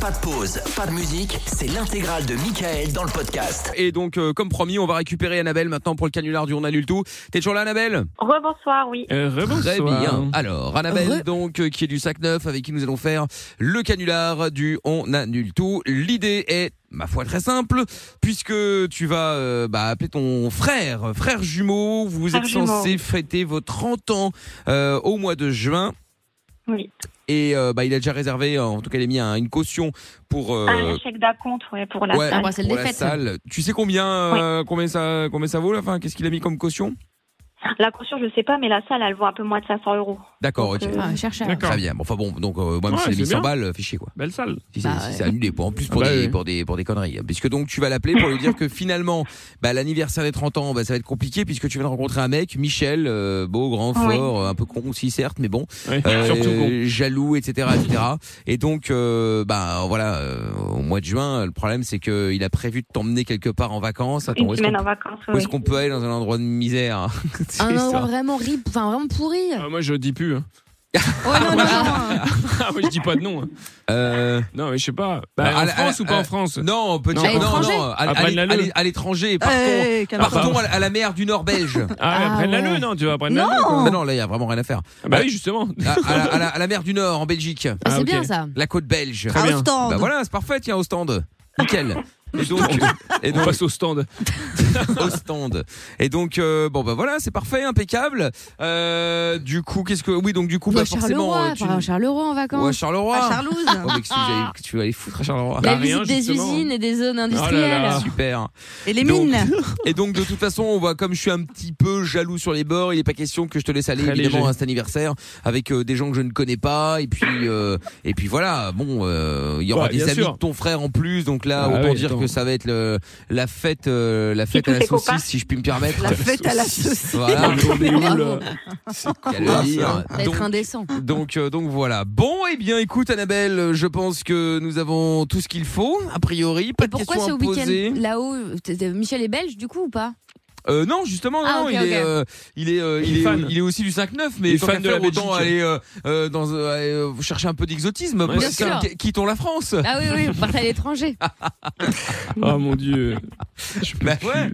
Pas de pause, pas de musique, c'est l'intégrale de Michael dans le podcast. Et donc, euh, comme promis, on va récupérer Annabelle maintenant pour le canular du On annule tout. T'es toujours là, Annabelle Rebonsoir, Euh, oui. Euh, Très bien. Alors, Annabelle, donc, euh, qui est du sac 9, avec qui nous allons faire le canular du On annule tout. L'idée est, ma foi, très simple, puisque tu vas euh, bah, appeler ton frère, frère jumeau. Vous Frère êtes jumeau. censé fêter vos 30 ans euh, au mois de juin. oui. Et euh, bah, il a déjà réservé, euh, en tout cas, il a mis un- une caution pour... euh, Un chèque d'acompte, ouais, pour la ouais, salle. bah, c'est le pour la défaite. salle. Tu sais combien, euh, combien, ça, combien ça vaut là enfin, Qu'est-ce qu'il a mis comme caution La caution, je sais pas, mais la salle, elle vaut un peu moins de 500 euros. D'accord, ok. Donc, euh, Ah, chercheur. D'accord. Très bien. Bon, enfin bon, donc euh, moi, Ouais, si j'ai mis c'est 100 bien. balles, fais chier quoi. Belle salle. Si Bah c'est si ouais. c'est annulé, pour, en plus pour, Ah bah des, oui. pour, des, pour des conneries. Puisque donc tu vas l'appeler pour lui dire que finalement, bah, l'anniversaire des 30 ans, bah, ça va être compliqué puisque tu vas rencontrer un mec, Michel, euh, beau, grand, fort, Oui. euh, un peu con aussi certes, mais bon, Ouais, euh, Surtout con. jaloux, etc. etc. Et donc, euh, bah voilà, euh, au mois de juin, le problème c'est que il a prévu de t'emmener quelque part en vacances. Attends, où une est-ce qu'on semaine en vacances, où oui. est-ce qu'on peut aller dans un endroit de misère C'est Un endroit ça. vraiment rip, enfin vraiment pourri. Ah, moi, je dis plus. hein. Oh non, non, non. Ah, moi, je dis pas de nom. hein. Euh, Non, mais je sais pas. Ah, Bah, en à la- France à- ou pas à- en France non, petit, À non, non, l'étranger Euh, à, à- Après à- la Lille. à l'étranger, partons, partons à, la- à la mer du Nord belge. Ah, mais Ah, prenne la ouais. le, non Tu vas prendre Non. la le. Bah non, là, il y a vraiment rien à faire. Bah oui, justement. À, à la, à la- à la mer du Nord, en Belgique, Ah, Ah, c'est ok. bien ça. la côte belge. Ah, Très bien. Bah voilà, c'est parfait, tiens, au stand. Nickel. Et donc, et On donc passe au stand. au stand. Et donc, euh, bon, bah voilà, c'est parfait, impeccable. Euh, du coup, qu'est-ce que. Oui, donc, du coup, Ou bah à forcément. Charleroi, euh, tu- par exemple, Charleroi en Ou à vacances. Charleroi. À Charlouse. Oh, mais qu'est-ce que vous allez- que tu vas aller foutre à Charleroi. Bah, La rien, visite des justement. usines et des Oh zones industrielles. Ah, là. Super. Et les Donc- mines. Et donc de toute façon, on voit comme je suis un petit peu jaloux sur les bords, il n'est pas question que je te laisse aller Très évidemment léger. à cet anniversaire avec euh, des gens que je ne connais pas et puis euh, et puis voilà, bon euh, il y aura Ouais, des bien amis sûr. de ton frère en plus donc là Ah autant oui, dire attends. que ça va être le, la fête euh, la fête tous à la tes copains. saucisse si je puis me permettre. La fête à la saucisse. Voilà, Ah, Mais on est où, là qu'à le dire. Ça va être Donc, indécent. donc, euh, donc voilà. Bon, eh bien, écoute, Annabelle, euh, je pense que nous avons tout ce qu'il faut, a priori. Pas Et de pourquoi questions ce à poser. week-end là-haut t'es- t'es- Michel est belge du coup ou pas Euh, non, justement, non, Ah, non, ok, il, ok. Est, euh, il est, euh, Il est il, est, fan. il est aussi du 5-9, mais Il est tant fan qu'à de faire, la autant Belgique. aller euh, euh, dans, euh, euh, chercher un peu d'exotisme. Ouais, Parce bien que- sûr. qu- Quittons la France. Ah oui, oui, on part à l'étranger. Ah, Oh mon dieu. Je peux Bah plus. ouais.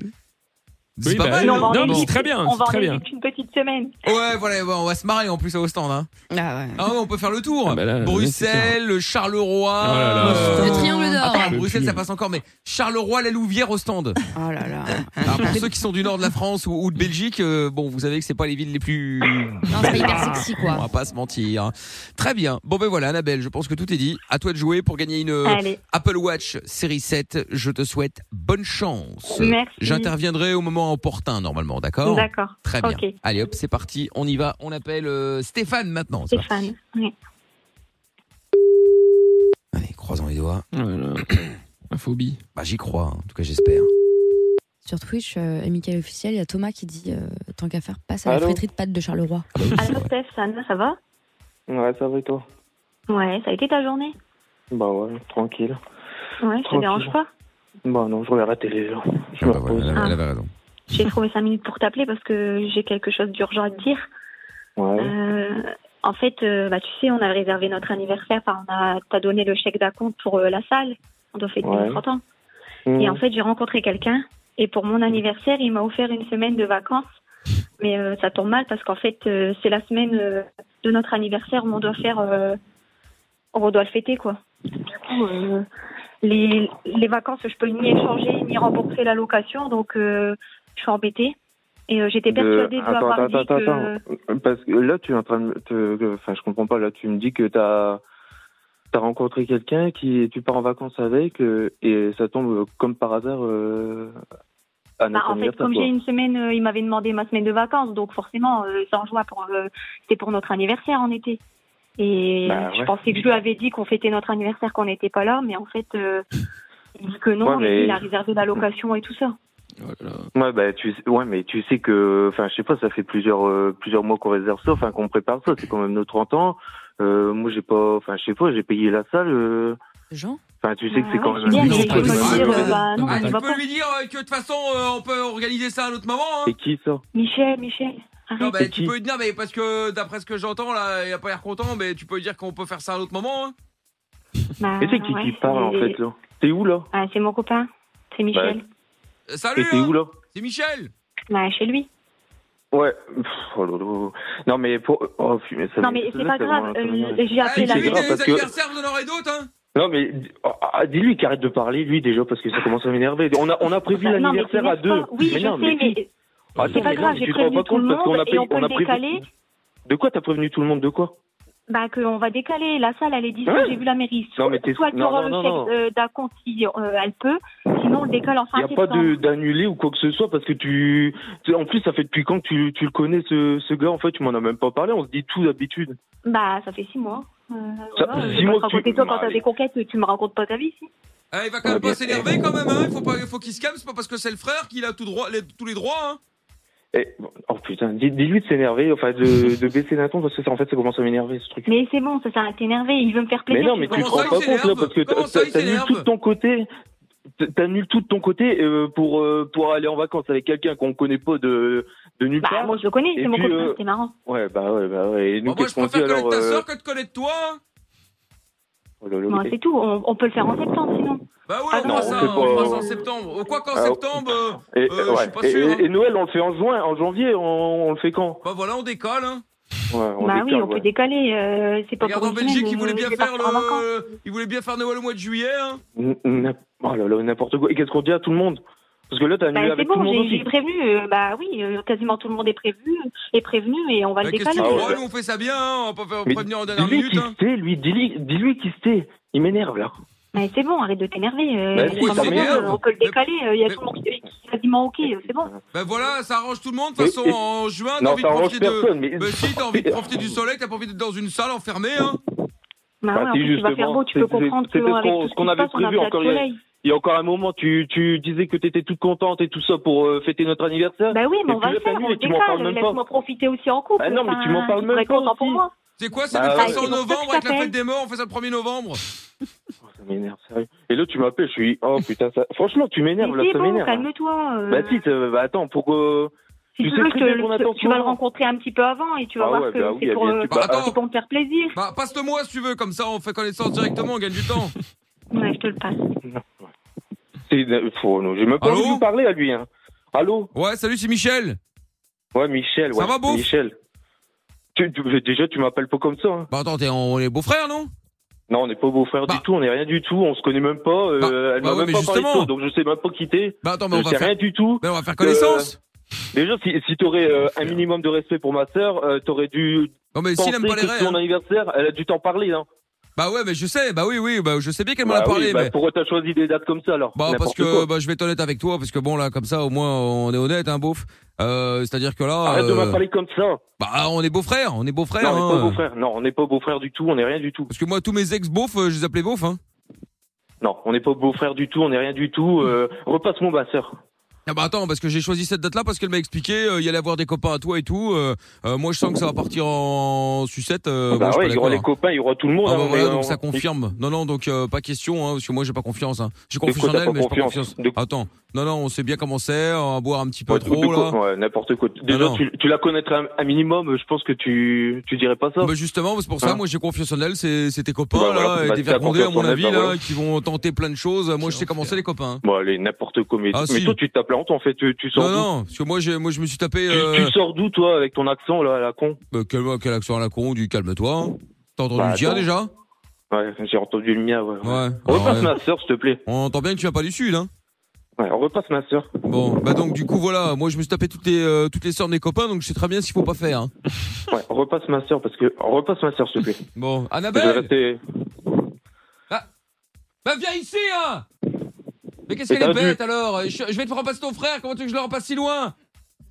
C'est Oui, pas bah, mal. hein. non, on va en mais c'est Belgique. très bien. On va C'est en très bien. Belgique une petite semaine. Ouais, voilà, ouais, on va se marrer en plus au stand. Hein. Ah ouais. Ah ouais, on peut faire le tour. Ah bah là, là, Bruxelles, Charleroi. Oh là là. euh, Le triangle d'or. Attends, Je Bruxelles, pue. ça passe encore, mais Charleroi, la Louvière au stand. Oh là là. Alors, Hein, pour ceux qui sont du nord de la France ou, ou de Belgique, euh, bon, vous savez que c'est pas les villes les plus. Non, c'est pas hyper sexy On quoi. va pas se mentir. hein. Très bien. Bon ben voilà, Annabelle, je pense que tout est dit. À toi de jouer pour gagner une euh, Allez. Apple Watch série 7. Je te souhaite bonne chance. Merci. J'interviendrai au moment opportun normalement, d'accord D'accord. Très bien. Ok. Allez hop, c'est parti. On y va. On appelle euh, Stéphane maintenant. ça va Stéphane. Oui. Allez, croisons les doigts. Oh là là. La phobie. Bah j'y crois. hein. En tout cas, j'espère. Sur Twitch, euh, et Michael officiel, il y a Thomas qui dit euh, tant qu'à faire, passe à la Allô friterie de pâtes de Charleroi. Alors, Steph, Sana, ça va Ouais, ça va et toi Ouais, ça a été ta journée Bah ouais, tranquille. Ouais, je te Tranquille. dérange pas Bah non, je regarde la télé, là. Ah Je bah me repose. elle avait raison. J'ai trouvé 5 minutes pour t'appeler parce que j'ai quelque chose d'urgent à te dire. Ouais, Euh, en fait, euh, bah, tu sais, on a réservé notre anniversaire. Enfin, on a, t'as donné le chèque d'acompte pour euh, la salle. On doit fêter Ouais. nos 30 ans. Mmh. Ah, Et en fait, j'ai rencontré quelqu'un. Et pour mon anniversaire, il m'a offert une semaine de vacances. Mais euh, ça tombe mal parce qu'en fait, euh, c'est la semaine euh, de notre anniversaire où on doit faire, euh, où on doit le fêter, quoi. Du coup, euh, les, les vacances, je peux ni échanger ni rembourser la location, donc euh, je suis embêtée. Et euh, j'étais De- persuadée de, lui Attends, avoir attends, dit attends, que... attends. Parce que là, tu es en train de... me- te- que- Enfin, je comprends pas. Là, tu me dis que t'as... T'as rencontré quelqu'un qui tu pars en vacances avec euh, et ça tombe euh, comme par hasard euh, à Bah, notre en fait, anniversaire. comme quoi. j'ai une semaine, euh, il m'avait demandé ma semaine de vacances, donc forcément, euh, ça en joie pour, euh, c'était pour notre anniversaire en été. Et Bah, je ouais. pensais que je lui avais dit qu'on fêtait notre anniversaire, qu'on n'était pas là, mais en fait, euh, il dit que non, Ouais, mais mais- il a réservé la location et tout ça. Oh là là. Ouais, bah, tu sais- ouais, mais tu sais que, enfin, je sais pas, ça fait plusieurs euh, plusieurs mois qu'on réserve ça, enfin, qu'on prépare ça. C'est quand même nos 30 ans. Euh, moi, j'ai pas, enfin, je sais pas, j'ai payé la salle. euh, Jean Enfin, tu sais que c'est Bah quand ouais, même. je un dis, petit mais peu il faut hein. me dire, de- euh, bah, non, Ah, on y tu va pas. lui dire euh, que de toute façon, euh, on peut organiser ça à un autre moment. hein. C'est qui ça Michel, Michel, arrête. Non, bah, C'est tu qui peux lui dire, mais parce que d'après ce que j'entends, là, il a pas l'air content, mais tu peux lui dire qu'on peut faire ça à un autre moment. hein. Bah, Mais c'est qui ouais, qui parle en il est- fait Bah, là T'es où là Ah, c'est mon copain, c'est Michel. Ouais. Euh, Et Salut, t'es hein, où là c'est Michel. Bah, chez lui. Ouais. Pff, oh, lolo. Non mais pour. Oh fumée, ça non, mais c'est pas grave. vraiment la euh, connerie. J'ai appelé c'est la lui, Ah, grave, des parce que- anniversaires, vous en aurez d'autres, hein Non mais oh, ah, dis-lui qu'il arrête de parler lui déjà parce que ça commence à m'énerver. On a on a prévu Non, mais l'anniversaire à t'énerve pas. deux. Oui, je non, sais, si. mais Attends, c'est mais pas non, grave, mais j'ai tu te rends prévenu pas tout le compte parce qu'on a monde et payé- on peut on a le prévu- décaler. De quoi t'as prévenu tout le monde de quoi Bah, qu'on va décaler. La salle, elle est dispo, Ouais. j'ai vu la mairie. Hein Non, Soit- mais t'es- Soit elle peut non, non, non, refaire, non. euh, d'un compte si euh, elle peut, sinon on le décale en Il fin n'y a pas septembre. de- d'annuler ou quoi que ce soit parce que tu. tu- En plus, ça fait depuis quand que tu, tu le connais ce, ce gars En fait, tu m'en as même pas parlé. On se dit tout d'habitude. Bah, ça fait six mois. Euh, Ça- voilà, je six vais mois pas te que tu- raconter toi Bah, quand t'as allez. des conquêtes, tu me racontes pas ta vie, si Ah, il va quand Ouais, même pas bien. s'énerver quand même, hein. Il faut pas, il faut qu'il se calme, c'est pas parce que c'est le frère qu'il a tout droit, les- tous les droits, hein. Eh, oh putain, dis- dis-lui de s'énerver, enfin de, de baisser d'un ton parce que ça, en fait, ça commence à m'énerver ce truc. Mais c'est bon, ça sert à t'énerver, il veut me faire Mais plaisir. non, mais tu te Comment ça, rends pas il compte là s'énerve parce que Comment ça, t'as- il t'annules s'énerve tout de ton côté. T'annules tout de ton côté euh, pour euh, pour aller en vacances avec quelqu'un qu'on connaît pas de de nulle Bah, part. moi je le connais, Et c'est mon puis, copain, euh, c'est marrant. Ouais, bah ouais, bah ouais. Et Bon, nous, moi, qu'est-ce je qu'on préfère dit alors connaître ta euh, soeur que de connaître toi. hein. oh là là, Bon, ok. c'est tout, on, on peut le faire en septembre sinon. Bah ouais, Ah on non, fera on ça, fait on pas- fera ça en septembre. Ou quoi qu'en Ah, septembre, euh, Et, Euh, je ouais. suis pas Et- sûr, et- hein. et Noël, on le fait en juin, en janvier, on, on le fait quand bah voilà, on décolle, hein. ouais, on bah oui, décale, on peut ouais. décaler, euh, c'est pas Regarde pour en une semaine, Belgique, ils mais voulaient bien je vais faire partir en vacances. le, ils voulaient bien faire Noël au mois de juillet, hein. N- n- Oh là là, n'importe quoi. Et qu'est-ce qu'on dit à tout le monde Parce que là, t'as annulé Bah, c'est avec tout bon, le monde j'ai aussi. j'ai prévenu. euh, bah oui, euh, quasiment tout le monde est prévu, est prévenu et on va Bah, le Qu'est-ce que tu décaler. Ah ouais. crois, nous, on fait ça bien, hein. On va pas faire Mais prévenir en dernière Dis-lui minute, qui hein. c'est, lui. Dis-lui dis-lui qui c'est. Il m'énerve là. Mais c'est bon, arrête de t'énerver. euh, Bah, c'est oui, pas ça bon, m'énerve. euh, on peut le Mais- décaler. euh, Il y a mais- tout le monde qui qui est quasiment ok. euh, C'est bon. Ben voilà, ça arrange tout le monde. De Mais- toute façon, en juin, Ah, t'as Non, envie de ça arrange profiter de. personne. Mais Ben si, t'as envie de profiter du soleil, t'as pas envie d'être dans une salle enfermée, hein. Bah, Bah, ouais, en si, plus, il va faire justement, beau. Tu c'est- peux c'est- comprendre que c'était ce avec qu'on- tout ce ce qu'on qui se avait passe, on a prévu plein de encore, il y a- soleil. Il y a encore un moment, tu, tu disais que t'étais toute contente et tout ça pour euh, fêter notre anniversaire. Bah oui, mais Et on va puis le là, t'as faire. mis, On le tu m'en parles décale. même pas. Laisse-moi profiter aussi en couple. Ah non, mais tu m'en enfin, parles je même serais pas content pour aussi. moi. C'est quoi, c'est Bah, de ouais. faire ça en C'est pour novembre avec ça que la fête t'appelles. des morts, on fait ça le 1er novembre. Oh, ça m'énerve, sérieux. Et là, tu m'appelles, je suis. Oh putain, ça... franchement, tu m'énerves là, Mais ça c'est bon, m'énerve. calme-toi. euh, Bah si, ça- bah, attends, pour. euh, Si tu tu sais veux, je très bien qu'on attend te- tu ce vas le moment. rencontrer un petit peu avant et tu vas Ah voir ouais, que bah oui, c'est elle pour vient, euh, tu parles. c'est pour me faire plaisir. Bah, passe-le-moi si tu veux, comme ça on fait connaissance directement, on gagne du temps. Ouais, je te le passe. C'est oh, non, j'ai même pas Allô envie de vous parler à lui. Hein. Allô Ouais, salut, c'est Michel. Ouais, Michel. Ça Ouais. va, beauf Michel. Tu, tu- déjà, tu m'appelles pas comme ça. hein. Bah, attends, t'es- on est beaux-frères, non Non, on n'est pas beau-frère Bah. du tout, on n'est rien du tout, on se connaît même pas. euh, Bah, elle bah m'a ouais, mais même pas parlé de justement. toi, donc je sais même pas quitter. Bah, attends, mais on Je va sais faire. Euh, rien du tout. Ben, on va faire connaissance. Déjà, si, si t'aurais euh, un minimum de respect pour ma sœur, euh, t'aurais dû Non, mais s'il penser aime pas les que c'est raies. hein. son anniversaire, elle a dû t'en parler. Hein. Bah, ouais, mais je sais, bah oui, oui, bah, je sais bien qu'elle m'en Bah a oui, parlé, bah, mais. Pourquoi t'as choisi des dates comme ça alors Bah parce N'importe que quoi. bah, je vais être honnête avec toi parce que bon là comme ça au moins on est honnête hein beauf. Euh, c'est-à-dire que là Arrête de euh, m'en parler comme ça. bah on est beaux-frères, on est beaux-frères non, on n'est hein. pas beau-frère. Non, on n'est pas beau-frère du tout, on n'est rien du tout. Parce que moi tous mes ex beaufs euh, je les appelais beaufs hein. Non, on n'est pas beau-frère du tout, on n'est rien du tout. euh, Repasse-moi ma sœur. Ah bah attends, parce que j'ai choisi cette date-là parce qu'elle m'a expliqué euh, il y allait avoir des copains à toi et tout. euh, euh, moi, je sens que ça va partir en sucette. euh, moi, bah je suis pas ouais, il y aura d'accord, les hein. copains, il y aura tout le monde. Ah hein, bah on voilà, est- donc on- ça confirme. Non, non, donc euh, pas question, hein, parce que moi j'ai pas confiance. Hein. J'ai quoi, confiance en t'as elle, pas mais j'ai pas confiance confiance. De- Attends, non, non, on sait bien comment c'est, on va boire un petit peu Ouais, trop de quoi- là. Ah, ouais, n'importe quoi. Déjà, non. tu, tu la connaîtrais un, un minimum, je pense que tu, tu dirais pas ça. Bah justement, c'est pour ça, Hein moi j'ai confiance en elle, c'est c'est tes copains Bah voilà, là, bah, et tes t'as vergondés à confiance mon en elle, avis bah là, voilà. qui vont tenter plein de choses. Moi je sais comment c'est les copains. hein. Bon, allez, n'importe quoi. Mais, Ah, mais si. toi, tu t'appelles honte en fait. Tu, tu sors Non, d'où non, parce que moi j'ai, moi je me suis tapé. tu, euh, tu sors d'où, toi, avec ton accent, là, à la con bah, quel, quel accent à la con, du calme-toi. hein. T'as entendu Bah, le dire attends. déjà Ouais, j'ai entendu le mien, ouais. Ouais. alors, Repasse ouais. ma sœur, s'il te plaît. On entend bien que tu viens pas du sud, hein. Ouais, repasse ma sœur. Bon, bah donc du coup voilà, moi je me suis tapé toutes les euh, toutes les sœurs de mes copains, donc je sais très bien ce qu'il faut pas faire. hein. Ouais, repasse ma sœur, parce que... Repasse ma sœur, s'il te plaît. Bon, Je vais Annabelle, rester... bah viens ici, hein. Mais qu'est-ce Mais qu'elle est t'as vu- bête alors je, je vais te repasser ton frère. Comment tu veux que je le repasse si loin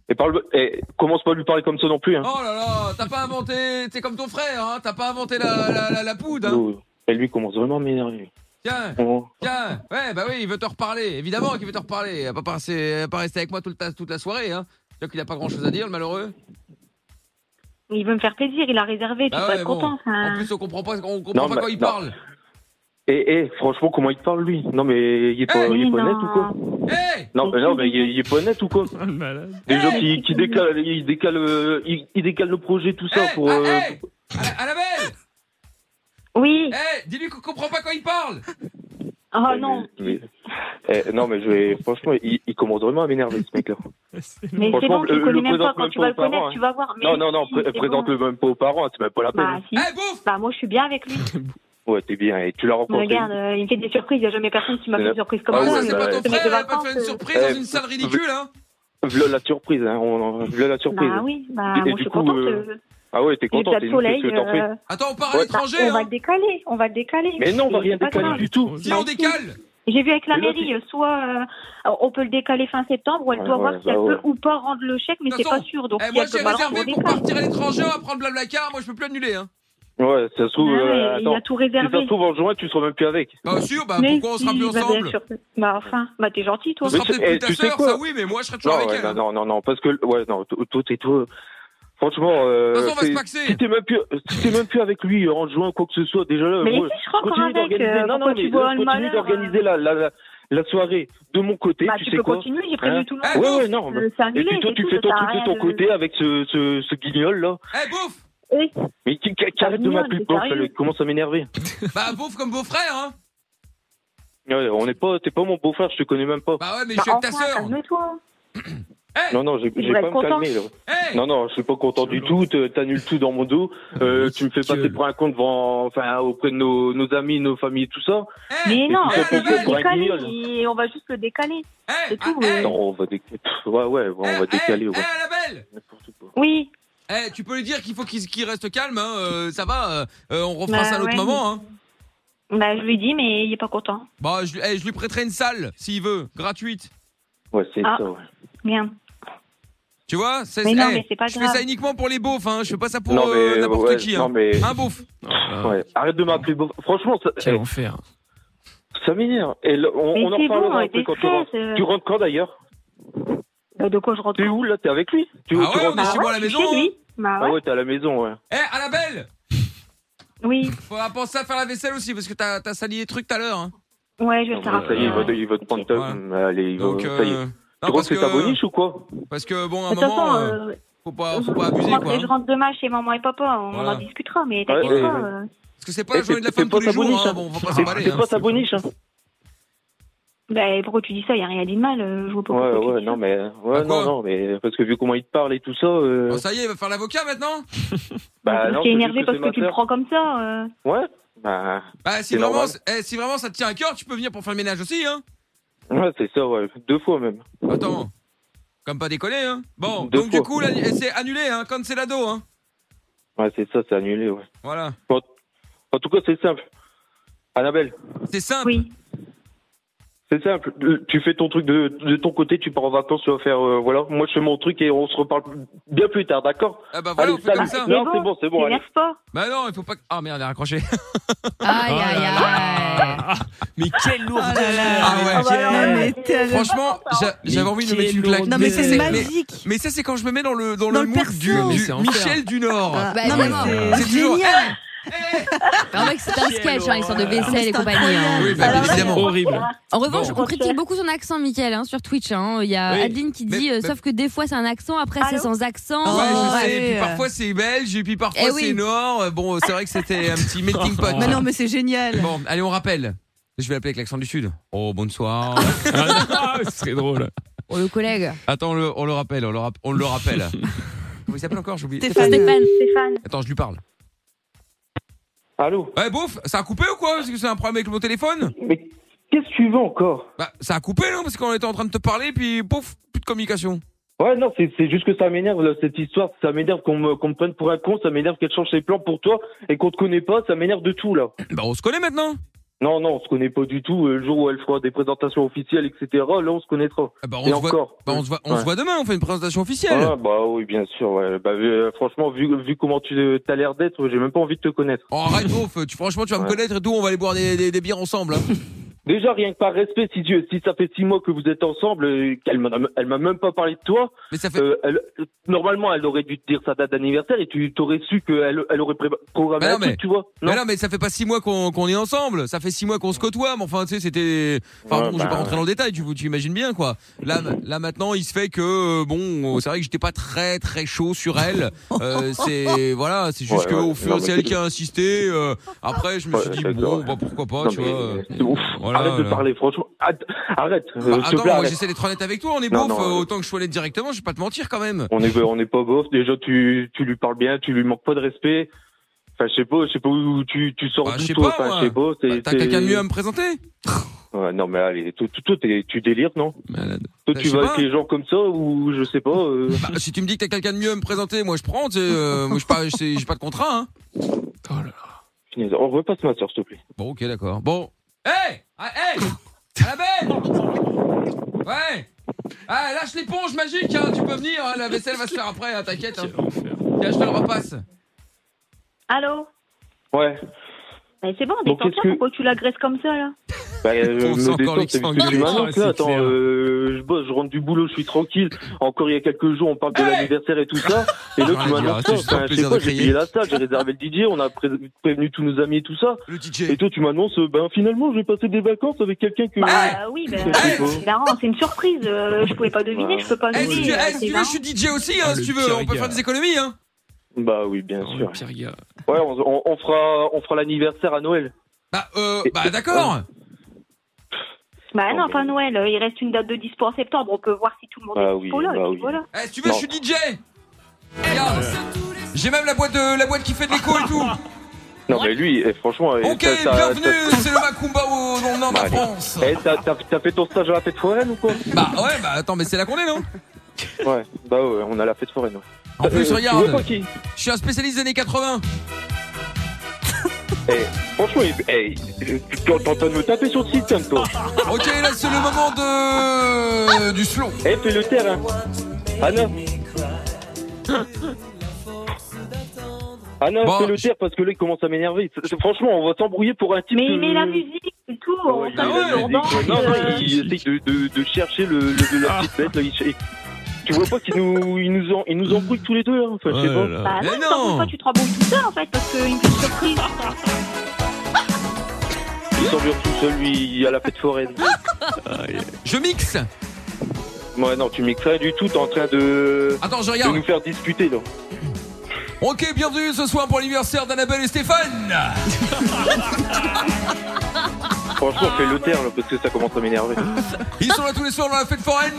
Et parle... Et commence pas à lui parler comme ça non plus, hein. Oh là là, t'as pas inventé, t'es comme ton frère, hein. T'as pas inventé la la, la, la poudre. hein. Ouh. Et lui commence vraiment à m'énerver. Tiens, Oh. tiens, ouais, bah oui, il veut te reparler. Évidemment qu'il veut te reparler. Il va pas, passer- il va pas rester avec moi toute la, toute la soirée, hein. C'est-à-dire qu'il a pas grand-chose à dire, le malheureux. Il veut me faire plaisir, il a réservé, tu Bah vas ouais, être bon. content. En enfin. plus, on comprend pas, on comprend Non, pas bah, quand il non. parle. Et, et franchement, comment il te parle, lui Non, mais il est pas, Eh, il est Oui, pas net Euh, non. ou quoi Hé Non, mais non, mais il est, il est pas net ou quoi Ah, le malade. Déjà Eh, qui, qui décale, il décale, euh, Eh, il, il décale le projet, tout ça euh, Hé pour. ah, euh, hé Anna- Annabelle Oui, Eh, Dis-lui qu'on comprend pas quand il parle. Oh non, Mais- eh, non, mais je vais- franchement, il, il commence vraiment à m'énerver, ce mec-là. mais c'est Franchement, bon, tu le le- connais le même pas. présente Quand même tu pas vas aux le connaître, parents, tu vas voir. Mais non, non, non, si, pré- c'est bon. présente-le même pas aux parents, c'est même pas la peine. Bah, si. Eh bouffe Bah, moi, je suis bien avec lui. Ouais, t'es bien, et tu l'as rencontré. Regarde, euh, il me fait des surprises. Il n'y a jamais personne qui m'a fait Euh, de surprise comme ah ça. ouais, ça, c'est bah, pas mais ton mes frère, il va pas te vacances, faire une euh, surprise euh, dans une salle ridicule, hein V'là la surprise, hein, on, v'là la surprise. Bah oui, bah, Et moi, du je suis coup, contente. euh, euh, Ah ouais, t'es J'ai content, plein t'es de une fille, soleil. tu veux, t'en fais. euh, Attends, on part à Ouais. l'étranger, on va hein le décaler, on va le décaler. Mais non, on va C'est rien pas décaler grave. du tout. Vas-y. Viens, on Bah, si. décale J'ai vu avec la Mais là, mairie, euh, soit euh, on peut le décaler fin septembre, ou elle Ouais, doit voir ouais, si elle bah peut ouais. ou pas rendre le chèque, mais De toute c'est pas façon, sûr. Donc, Eh, si moi elle peut j'ai pas le rendre, réservé on pour décale. partir à l'étranger, on va prendre Blablacar, moi je peux plus annuler hein. Ouais, ça se trouve, Non, mais euh, Bah il attends, a tout si ça réservé. se trouve en juin, tu seras même plus avec. Bah sûr, bah Mais pourquoi on sera si, plus bah, bien ensemble sûr. Bah enfin, bah t'es gentil toi. On sera Mais peut-être plus eh, ta tu sais sœur, quoi ça oui, mais moi je serai toujours Non, avec ouais, elle. non, hein. non, non, non, parce que, ouais, non, tout- tout est tout. Franchement, euh, De toute façon, on va se c'est- paxer. si t'es même plus, si t'es même plus avec lui euh, en juin, quoi que ce soit, déjà là, Mais moi, si, je crois encore continue avec. d'organiser, euh, non, non, pourquoi mais tu vois là, le continue malheur euh d'organiser la, la, la, la soirée de mon côté, Bah tu, tu sais peux quoi. continuer, j'ai Hein prévenu tout le Ah, monde. ouais, bouffe. ouais, non, mais- Euh, C'est annulé. Et puis toi, et tu tout, fais ton ça truc de rien ton de- côté avec ce, ce, ce guignol, là. Eh bouffe Oui, Mais qui, qui, qui arrête de Guignol, m'appeler c'est bof, sérieux. elle commence à m'énerver. Bah bouffe comme beau-frère hein Ouais, on n'est pas, t'es pas mon beau-frère, je te connais même pas. Bah ouais, mais je bah, suis avec ta enfin, sœur Calme-toi. Non, non, j'ai Vous j'ai êtes pas à me content calmer, là. Eh Non, non, je suis pas content du tout. te- T'annules tout dans mon dos. Euh, tu me fais passer Ridicule. pour un con devant, enfin, auprès de nos, nos amis, nos familles, tout ça. Eh Mais non, Et puis, on on peut va le pour un décaler. guignol. et On va juste le décaler. Eh c'est ah, tout, eh, euh. Non, on va décaler. Ouais, ouais, ouais, eh, on va décaler. Eh Ouais. eh, Annabelle N'importe quoi. Oui. Eh, tu peux lui dire qu'il faut qu'il qu'il reste calme, hein, euh, ça va, euh, euh, on refera Bah ça à un autre ouais, moment. Hein. Bah je lui dis, mais il est pas content. Bah, je, lui- eh, je lui prêterai une salle, s'il veut, gratuite. Ouais, c'est Ah. ça, ouais. Bien. Tu vois c'est, Mais non, eh, mais c'est pas Je fais grave. ça uniquement pour les beaufs, hein, je fais pas ça pour non, euh, mais, n'importe ouais, qui. non, Hein. mais, Un beauf. Ah, ouais. Arrête de m'appeler beau. Franchement, ça, Quel eh, enfer. ça m'énerve. Et là, on, Mais on en c'est reparlera bon, après quand tu rentres. déstresse, euh, Tu rentres quand d'ailleurs bah, De quoi je rentre T'es où là T'es avec lui tu, Ah tu ouais, rentres on est Bah chez moi à la ouais, je suis maison, chez lui. Bah Ah ouais. ouais, t'es à la maison, ouais. Eh, Annabelle Oui. Faudra penser à faire la vaisselle aussi, parce que t'as, t'as sali les trucs tout à l'heure. Hein. Ouais, je vais Non, le mais faire ça y est, Ah bah, il va, après. il va te prendre ta. mm, Allez, il va. Donc, Ça y est. euh, tu non, crois que parce, c'est ta que, boniche ou quoi Eh, parce que, bon, à De un toute façon, moment, euh, euh, faut, pas, faut pas abuser, moi, quoi. Je hein. rentre demain chez maman et papa, on Voilà. en discutera, mais t'inquiète Ouais, pas. ouais, euh, Parce que c'est pas la Eh, journée c'est- de la c'est femme pas tous les ta jours, boniche, hein. hein. bon, on va pas C'est s'emballer. c'est Hein. pas ta boniche, hein bah, pourquoi tu dis ça Il n'y a rien dit de mal, euh, je vois pas Ouais, pourquoi tu ouais, dis non, ça. mais. Bah Ouais, quoi non, non, mais. Parce que vu comment il te parle et tout ça. euh, Bon, ça y est, il va faire l'avocat maintenant bah, Parce non, qu'il est c'est énervé juste parce c'est que ma tu le sœur. prends comme ça. euh. Ouais, bah. Bah, si C'est vraiment, normal. eh, si vraiment ça te tient à cœur, tu peux venir pour faire le ménage aussi, hein Ouais, c'est ça, ouais. Deux fois même. Attends. Comme pas déconner, hein Bon, Deux donc fois. du coup, là, eh, c'est annulé, hein, comme c'est l'ado, hein Ouais, c'est ça, c'est annulé, ouais. Voilà. En tout cas, c'est simple. Annabelle, C'est simple. Oui. c'est simple. Euh, Tu fais ton truc de, de ton côté, tu pars en vacances, tu vas faire. euh, voilà, moi je fais mon truc et on se reparle bien plus tard, d'accord Ah bah voilà, Allez, on fait comme salut. ça. C'est Non, c'est bon, bon, c'est bon, allez. T'énerve pas. Bah non, il faut pas. que- Ah merde, elle a raccroché. Oh Aïe, aïe, aïe. Mais quelle lourdeur Ah ouais. Ah Mais quelle- bah ouais. mais tellement- Franchement, j'a- j'avais envie de me mettre une quelle claque. Non, lourdeur. mais Mais c'est mais, magique. mais ça, c'est quand je me mets dans le dans Dans le le mood perso. du, Mais du c'est enfer. Michel du Nord. Ah, Bah, non, mais vraiment. c'est C'est toujours- génial. En vrai, Ah, c'est un sketch, hein, histoire de vaisselle et C'est compagnie. hein. Oui, bah, Alors là, évidemment. Horrible. En revanche, Bon. on critique beaucoup son accent, Michael, hein, sur Twitch. hein. Il y a Oui. Adeline qui Mais- dit, euh, mais- sauf que des fois c'est un accent, après c'est Allô sans accent. Euh, Oh, Ouais, je sais. ouais. Et puis parfois c'est belge, et puis parfois Eh c'est oui. nord. Euh, Bon, c'est vrai que c'était un petit melting pot. Mais non, mais c'est génial. Bon, allez, on rappelle. Je vais l'appeler avec l'accent du Sud. Oh, bonsoir. Ah, non, ce serait drôle. Oh, le collègue. Attends, on le, on le rappelle, on le, rap- on le rappelle. Comment il s'appelle encore J'ai oublié. Stéphane. Stéphane. Stéphane. Attends, je lui parle. Allô Ouais, bouffe, ça a coupé ou quoi Parce que c'est un problème avec mon téléphone Mais qu'est-ce que tu veux encore Bah, ça a coupé, non Parce qu'on était en train de te parler, puis pouf, plus de communication. Ouais, non, c'est c'est juste que ça m'énerve, là, cette histoire. Ça m'énerve qu'on me, qu'on me prenne pour un con, ça m'énerve qu'elle change ses plans pour toi et qu'on te connaît pas, ça m'énerve de tout, là. Bah, on se connaît maintenant. Non, non, on se connaît pas du tout. Euh, Le jour où elle fera des présentations officielles, etc., là, on se connaîtra. Ah Bah, on et se voit. encore. bah, on se voit, on se Ouais. voit demain, on fait une présentation officielle. Ah, bah oui, bien sûr, ouais. Bah, vu- euh, franchement, vu, vu comment tu euh, t'as l'air d'être, j'ai même pas envie de te connaître. Oh, arrête, beauf, tu, franchement, tu vas me Ouais. connaître et tout, on va aller boire des, des, des bières ensemble. hein. Déjà, rien que par respect, si, tu- si ça fait six mois que vous êtes ensemble, euh, qu'elle m'a- elle m'a même pas parlé de toi, Mais ça fait. euh, elle- normalement, elle aurait dû te dire sa date d'anniversaire et tu t'aurais su qu'elle elle aurait pré- programmé Mais non, un truc, mais- tu vois. Mais non, mais ça fait pas six mois qu'on qu'on est ensemble. Ça fait six mois qu'on se côtoie. Mais enfin, tu sais, c'était. Enfin, Ouais, bon, je vais bah, pas rentrer dans le détail. Tu, tu imagines bien, quoi. Là, là maintenant, il se fait que euh, bon, c'est vrai que j'étais pas très très chaud sur elle. Euh, c'est voilà, c'est juste Ouais, que ouais. au fur Non, c'est mais elle c'est- qui a insisté. euh, après, je me Ouais, suis dit c'est bon, vrai. bah, pourquoi pas, Non, tu mais, vois. euh, euh, c'est ouf. voilà, arrête de là. parler, franchement. Arrête, arrête, euh, Bah, s'il te attends, plaît, moi arrête. j'essaie d'être honnête avec toi. On est Non, beauf. non, euh, ouais. Autant que je sois honnête directement, je vais pas te mentir quand même. On est, on est pas beauf. Déjà, tu, tu lui parles bien, tu lui manques pas de respect. Enfin, je sais pas, je sais pas où tu, tu sors Bah, je d'où, sais toi. pas, Enfin, moi. je sais pas. c'est- Bah, T'as c'est- quelqu'un de mieux à me présenter Ouais, non, mais allez, toi, toi, toi, t'es- tu délires, non Toi, Bah, tu je sais vas pas. avec les gens comme ça ou je sais pas. euh, Bah, si tu me dis que t'as quelqu'un de mieux à me présenter, moi je prends. tu sais, euh, moi j'ai pas, j'ai- j'ai pas de contrat. Hein. Oh punaise. Oh, repasse ma soeur, s'il te plaît. Bon, ok, d'accord. Bon. Hé ah, Hé À la belle Ouais Ah, lâche l'éponge magique, hein, tu peux venir, hein, la vaisselle va se faire après, hein, t'inquiète. Hein. Tiens, je te le repasse. Allô Ouais. Mais c'est bon, Bon, détends-toi, qu'est-ce que- pourquoi tu l'agresses comme ça, là Bah, euh, On sent me encore détends, c'est l'exsangue. parce que je suis Ouais, maintenant, c'est là, Attends, clair. euh, je bosse, je rentre du boulot, je suis tranquille. Encore il y a quelques jours, on parle de Hey l'anniversaire et tout ça. Et Rien à là, tu dire, m'annonces c'est ça. juste un Enfin, je sais plaisir pas, de j'ai crier. payé la salle, j'ai réservé le DJ, on a pré- prévenu tous nos amis et tout ça. Le Et DJ. toi, tu m'annonces, euh, ben finalement, je vais passer des vacances avec quelqu'un que. Ah Bah oui, bah, Hey c'est hilarant, c'est une surprise. euh, je pouvais pas deviner, je peux pas Eh, si deviner. tu, eh, euh, si c'est tu veux, marrant. je suis DJ aussi, hein, Ah, si le tu veux, pire on peut gars. faire des économies. Hein. Bah oui, bien Oh, sûr. le pire gars. Ouais, on, on- on fera, on fera l'anniversaire à Noël. Bah, euh, bah d'accord. Bah non, mais- pas Noël, euh, il reste une date de dispo en septembre, on peut voir si tout le monde Bah est oui, dispo là. et bah puis oui. voilà. Eh, si tu veux, je Non. suis DJ. Regarde. J'ai même la boîte, de, la boîte qui fait de l'écho et tout. Non, mais lui, eh, franchement. eh, Ok, t'as- t'as- bienvenue, c'est le Macumba au nom de Bah, la allez. France. t'as- eh, T'as t'as- t'as fait ton stage à la fête foraine ou quoi Bah ouais, bah attends, mais c'est là qu'on est, non Ouais, bah ouais, on a la fête foraine. ouais. En plus, Euh, tu vois pas regarde, qui je suis un spécialiste des années 80. Eh, franchement, eh, eh, tu en train de me taper sur le système, toi. Ok, là c'est le moment de du slow. Eh, fais le terrain. Anna. Anna, Bon, fais le je- terre parce que là, il commence à m'énerver. C'est- c'est- Franchement, on va s'embrouiller pour un type. Mais de- il met la musique et tout, Ah on ouais, s'amuse, ouais, on il- danse. il- non, non, euh, il essaye de, de- de chercher le, le- de Ah. la petite bête. là, il- il- tu vois pas qu'il nous, il nous, en- il nous embrouille tous les deux, hein. Enfin, je sais pas. Bah Mais non, non. pourquoi tu te rembouilles tout seul en fait Parce qu'il me fait une surprise. Il s'emmerde tout seul, lui, à la fête foraine. Ah. Je mixe. Ouais, non, tu mixes rien du tout, t'es en train de, Attends, je de regarde. nous faire discuter, là. Ok, bienvenue ce soir pour l'anniversaire d'Annabelle et Stéphane. Franchement, fais le terre, là, parce que ça commence à m'énerver. Ils sont là tous les soirs dans la fête foraine.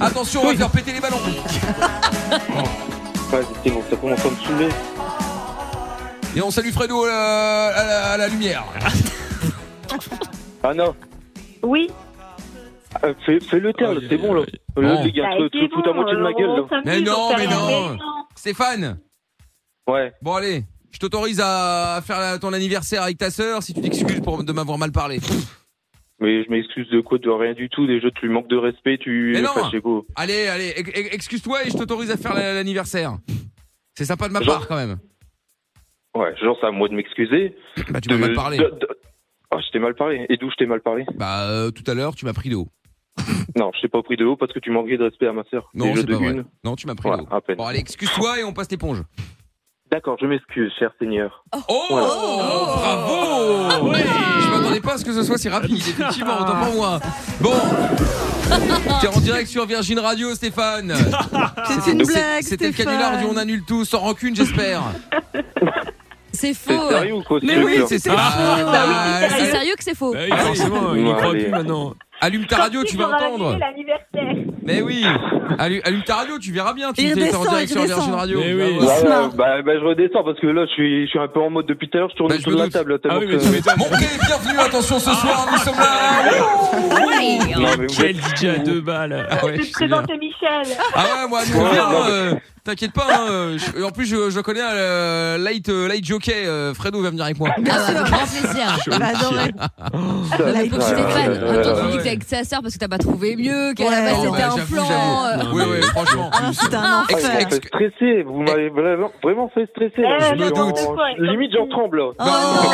Attention, on va faire péter les ballons. Vas-y, c'est bon, ça commence à me saouler. Et on salue Fredo à la, à la- à la lumière. Ah non, Oui, euh, fais, fais le terre, là, c'est bon, là. Là, Ah, Bon. les gars, bah, te, c'est te foutent à moitié de ma euh, gueule, là. on s'amuse, Mais non, on fait mais la non. fête, Stéphane, Ouais, bon allez, je t'autorise à faire la- ton anniversaire avec ta sœur si tu t'excuses pour de m'avoir mal parlé. mais je m'excuse de quoi, de rien du tout. Déjà, tu lui manques de respect, tu. Mais non. Enfin, je sais pas. Allez, allez, ex- ex- excuse-toi et je t'autorise à faire la- l'anniversaire. C'est sympa de ma Genre- part quand même. Ouais, genre, c'est à moi de m'excuser. Bah tu m'as mal De- parlé. de- de- Ah, je t'ai mal parlé. Et d'où je t'ai mal parlé Bah euh, tout à l'heure tu m'as pris de haut. Non, je t'ai pas pris de haut parce que tu manquais de respect à ma sœur. Non, Déjà c'est de pas vrai. une. Non, tu m'as pris Voilà, de haut. à peine. Bon allez, excuse-toi et on passe l'éponge. D'accord, je m'excuse, cher seigneur. Oh, Voilà. bravo Je m'attendais pas à ce que ce soit si rapide, effectivement, autant pour moi. Bon, t'es en direct sur Virgin Radio, Stéphane. C'est une donc, blague, C'était le canular du On Stéphane. annule tout, sans rancune, j'espère. C'est T'es faux. sérieux ou quoi, ce truc, là ça. Ah, C'est allez, sérieux que c'est faux. Bah oui, forcément, il y Ouais, croit allez. plus maintenant. Allume ta Tant radio, pis, tu vas j'aurais annulé entendre. l'anniversaire. Mais oui, allu- allume ta radio, tu verras bien. Tu Il t'es en redescend, direct il sur Virgin redescend. Radio. Mais tu oui. vas voir. Ouais, Smart. ouais, bah, bah, je redescends parce que là, je suis, je suis un peu en mode depuis tout à l'heure, je tourne Bah, je autour me de la doute. table. là, Ah tellement oui, mais que- tu m'étonnes. Bon, ok, bienvenue, attention, ce soir, nous sommes là. Non, mais vous Quel êtes- DJ à deux balles. Ah ouais, Je je vais te sais bien. présenter Michel. Ah ouais, moi, nous, Ouais, bien, non, mais- euh, t'inquiète pas. hein, euh, je- en plus, je, je connais euh, Light, euh, Light Jockey. euh, Fredo va venir avec moi. Bien sûr, Ah grand plaisir. J'adorais. La pauvre Ouais, ouais, Stéphane, ouais, ouais, attends, ouais. tu dis que t'es avec sa sœur parce que t'as pas trouvé mieux, qu'elle Ouais, avait- ouais, c'était un j'avoue, plan. j'avoue. Oui, euh, oui, franchement. Alors, c'est un Ah, vous enfer. m'avez fait stresser, vous m'avez vraiment, vraiment fait stresser. là. Eh, Je me suis en- doute. Limite, j'en tremble. là. Oh, Non.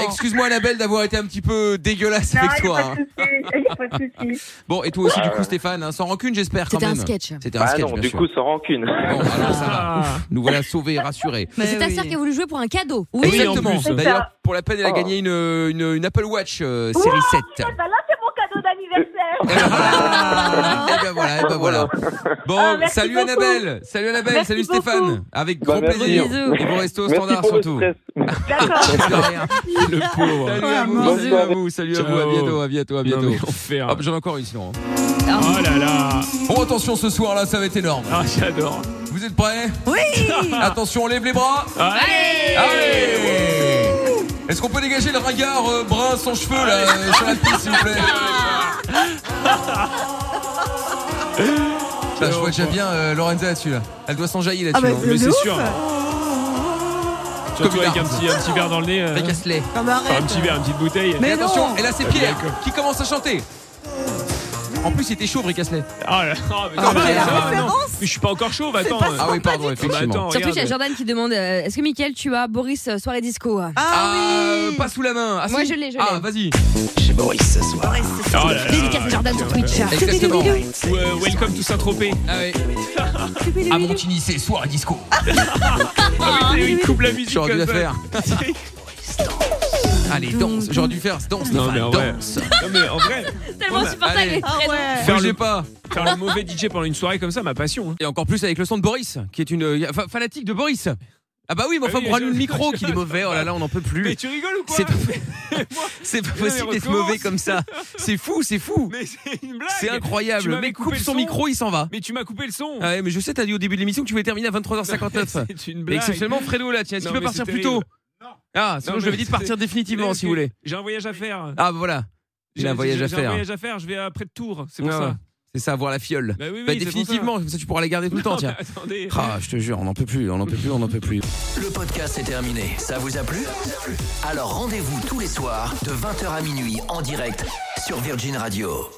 non. Excuse-moi, Annabelle, d'avoir été un petit peu dégueulasse avec toi. hein. pas de soucis. Bon, et toi aussi, du Ouais. coup, Stéphane, hein, sans rancune, j'espère quand C'était un même. sketch. C'était un Ah sketch, non, bien du sûr. coup, sans rancune. Bah, Bon, alors ça va. Ah. Nous voilà sauvés et rassurés. Mais C'est ta oui. sœur qui a voulu jouer pour un cadeau. Oui, en Exactement. plus. D'ailleurs, pour la peine, elle a Oh. gagné une, une, une Apple Watch euh, série 7. Bah là, c'est mon cadeau d'anniversaire. Eh ben voilà, eh ben voilà, eh ben voilà. Bon, Ah, merci salut beaucoup. Annabelle, salut Annabelle, Merci salut beaucoup. Stéphane, avec Bah, grand merci. plaisir. Bisous. Et bon resto au Merci standard pour le surtout. stress. D'accord. De rien. Le pauvre. Salut à vous, Bonne salut à soirée. vous, salut à vous, à Ciao. bientôt, à bientôt, à Non, bientôt. mais enfer. Hop, j'en ai encore une sinon. hein. Oh là là. Bon, attention ce soir là, ça va être énorme. Ah, j'adore. Vous êtes prêts Oui Attention, on lève les bras. Ah, Allez. Allez Est-ce qu'on peut dégager le ringard euh, brun sans cheveux là euh, sur la piste s'il vous plaît Putain, je vois déjà bien euh, Lorenza là-dessus là. Elle doit s'enjailler Ah là-dessus. bah hein. Mais de c'est ouf. sûr. Comme Surtout une avec un arme. petit, un petit verre dans le nez. euh, Fais qu'elle se lait. Ah bah enfin, arrête. un petit verre, une petite bouteille. Mais Et attention, non. et là c'est Pierre qui commence à chanter. En plus, il était chaud, Brick Asselet. Ah là ah, mais Ah, ça mais va, la ça va, non. référence. Mais je suis pas encore chauve, attends. pas euh. Ah oui, pardon, Ah bah effectivement. attends, Sur Twitch, il y a regarde. Jordan qui demande euh, Est-ce que Mickaël, tu as Boris euh, Soirée Disco euh Ah euh, oui. pas sous la main. Ah, Moi, si. je l'ai, je Ah, l'ai. vas-y. Chez Boris ce soir. Boris, c'est ça. Oh là là. Dédicace à Jordan sur Twitch. Exactement. Ou, euh, welcome to Saint-Tropez. Ah ouais. À Montigny, c'est soir à disco. Ah, mais il coupe la musique J'aurais dû la comme ça. faire. Allez, danse. J'aurais dû faire. Danse, Non, Stéphane, mais en vrai. danse. Non, mais en vrai, Tellement Bon, bah, allez. insupportable. Ah ouais. Faire Bougez le- pas. faire le mauvais DJ pendant une soirée comme ça, ma passion. hein. Et encore plus avec le son de Boris, qui est une enfin, fanatique de Boris. Ah bah oui, mais enfin, Ah oui, pour allumer je- le micro, je- qu'il est mauvais. Oh là là, on n'en peut Mais plus. tu rigoles ou quoi C'est pas, c'est pas mais possible d'être recommence. mauvais comme ça. C'est fou, c'est fou. Mais c'est une blague. C'est incroyable. Tu Le m'avais mec coupe coupé le son son. micro, il s'en va. Mais tu m'as coupé le son. Ah ouais, mais je sais, t'as dit au début de l'émission que tu voulais terminer à 23h59. C'est une Mais blague. exceptionnellement, Fredo, là, tiens, est-ce Non, qu'il peut mais partir c'est plus tôt terrible. Ah, sinon Non, je lui mais avais dit de c'est- partir définitivement, si vous voulez. J'ai un voyage à faire. Ah, bah voilà. J'ai un voyage à J'ai un faire. Ah voyage à faire, je vais après de Tours, c'est pour Ouais, ouais. ça. C'est ça, voir la fiole. Bah oui, oui, Bah, c'est pour définitivement, comme ça, tu pourras la garder tout le ça. temps, tiens. Non, mais Attendez. Ah, je te jure, on n'en peut plus, on n'en peut plus, on n'en peut plus. Le podcast est terminé. Ça vous a plu Alors rendez-vous tous les soirs de 20h à minuit en direct sur Virgin Radio.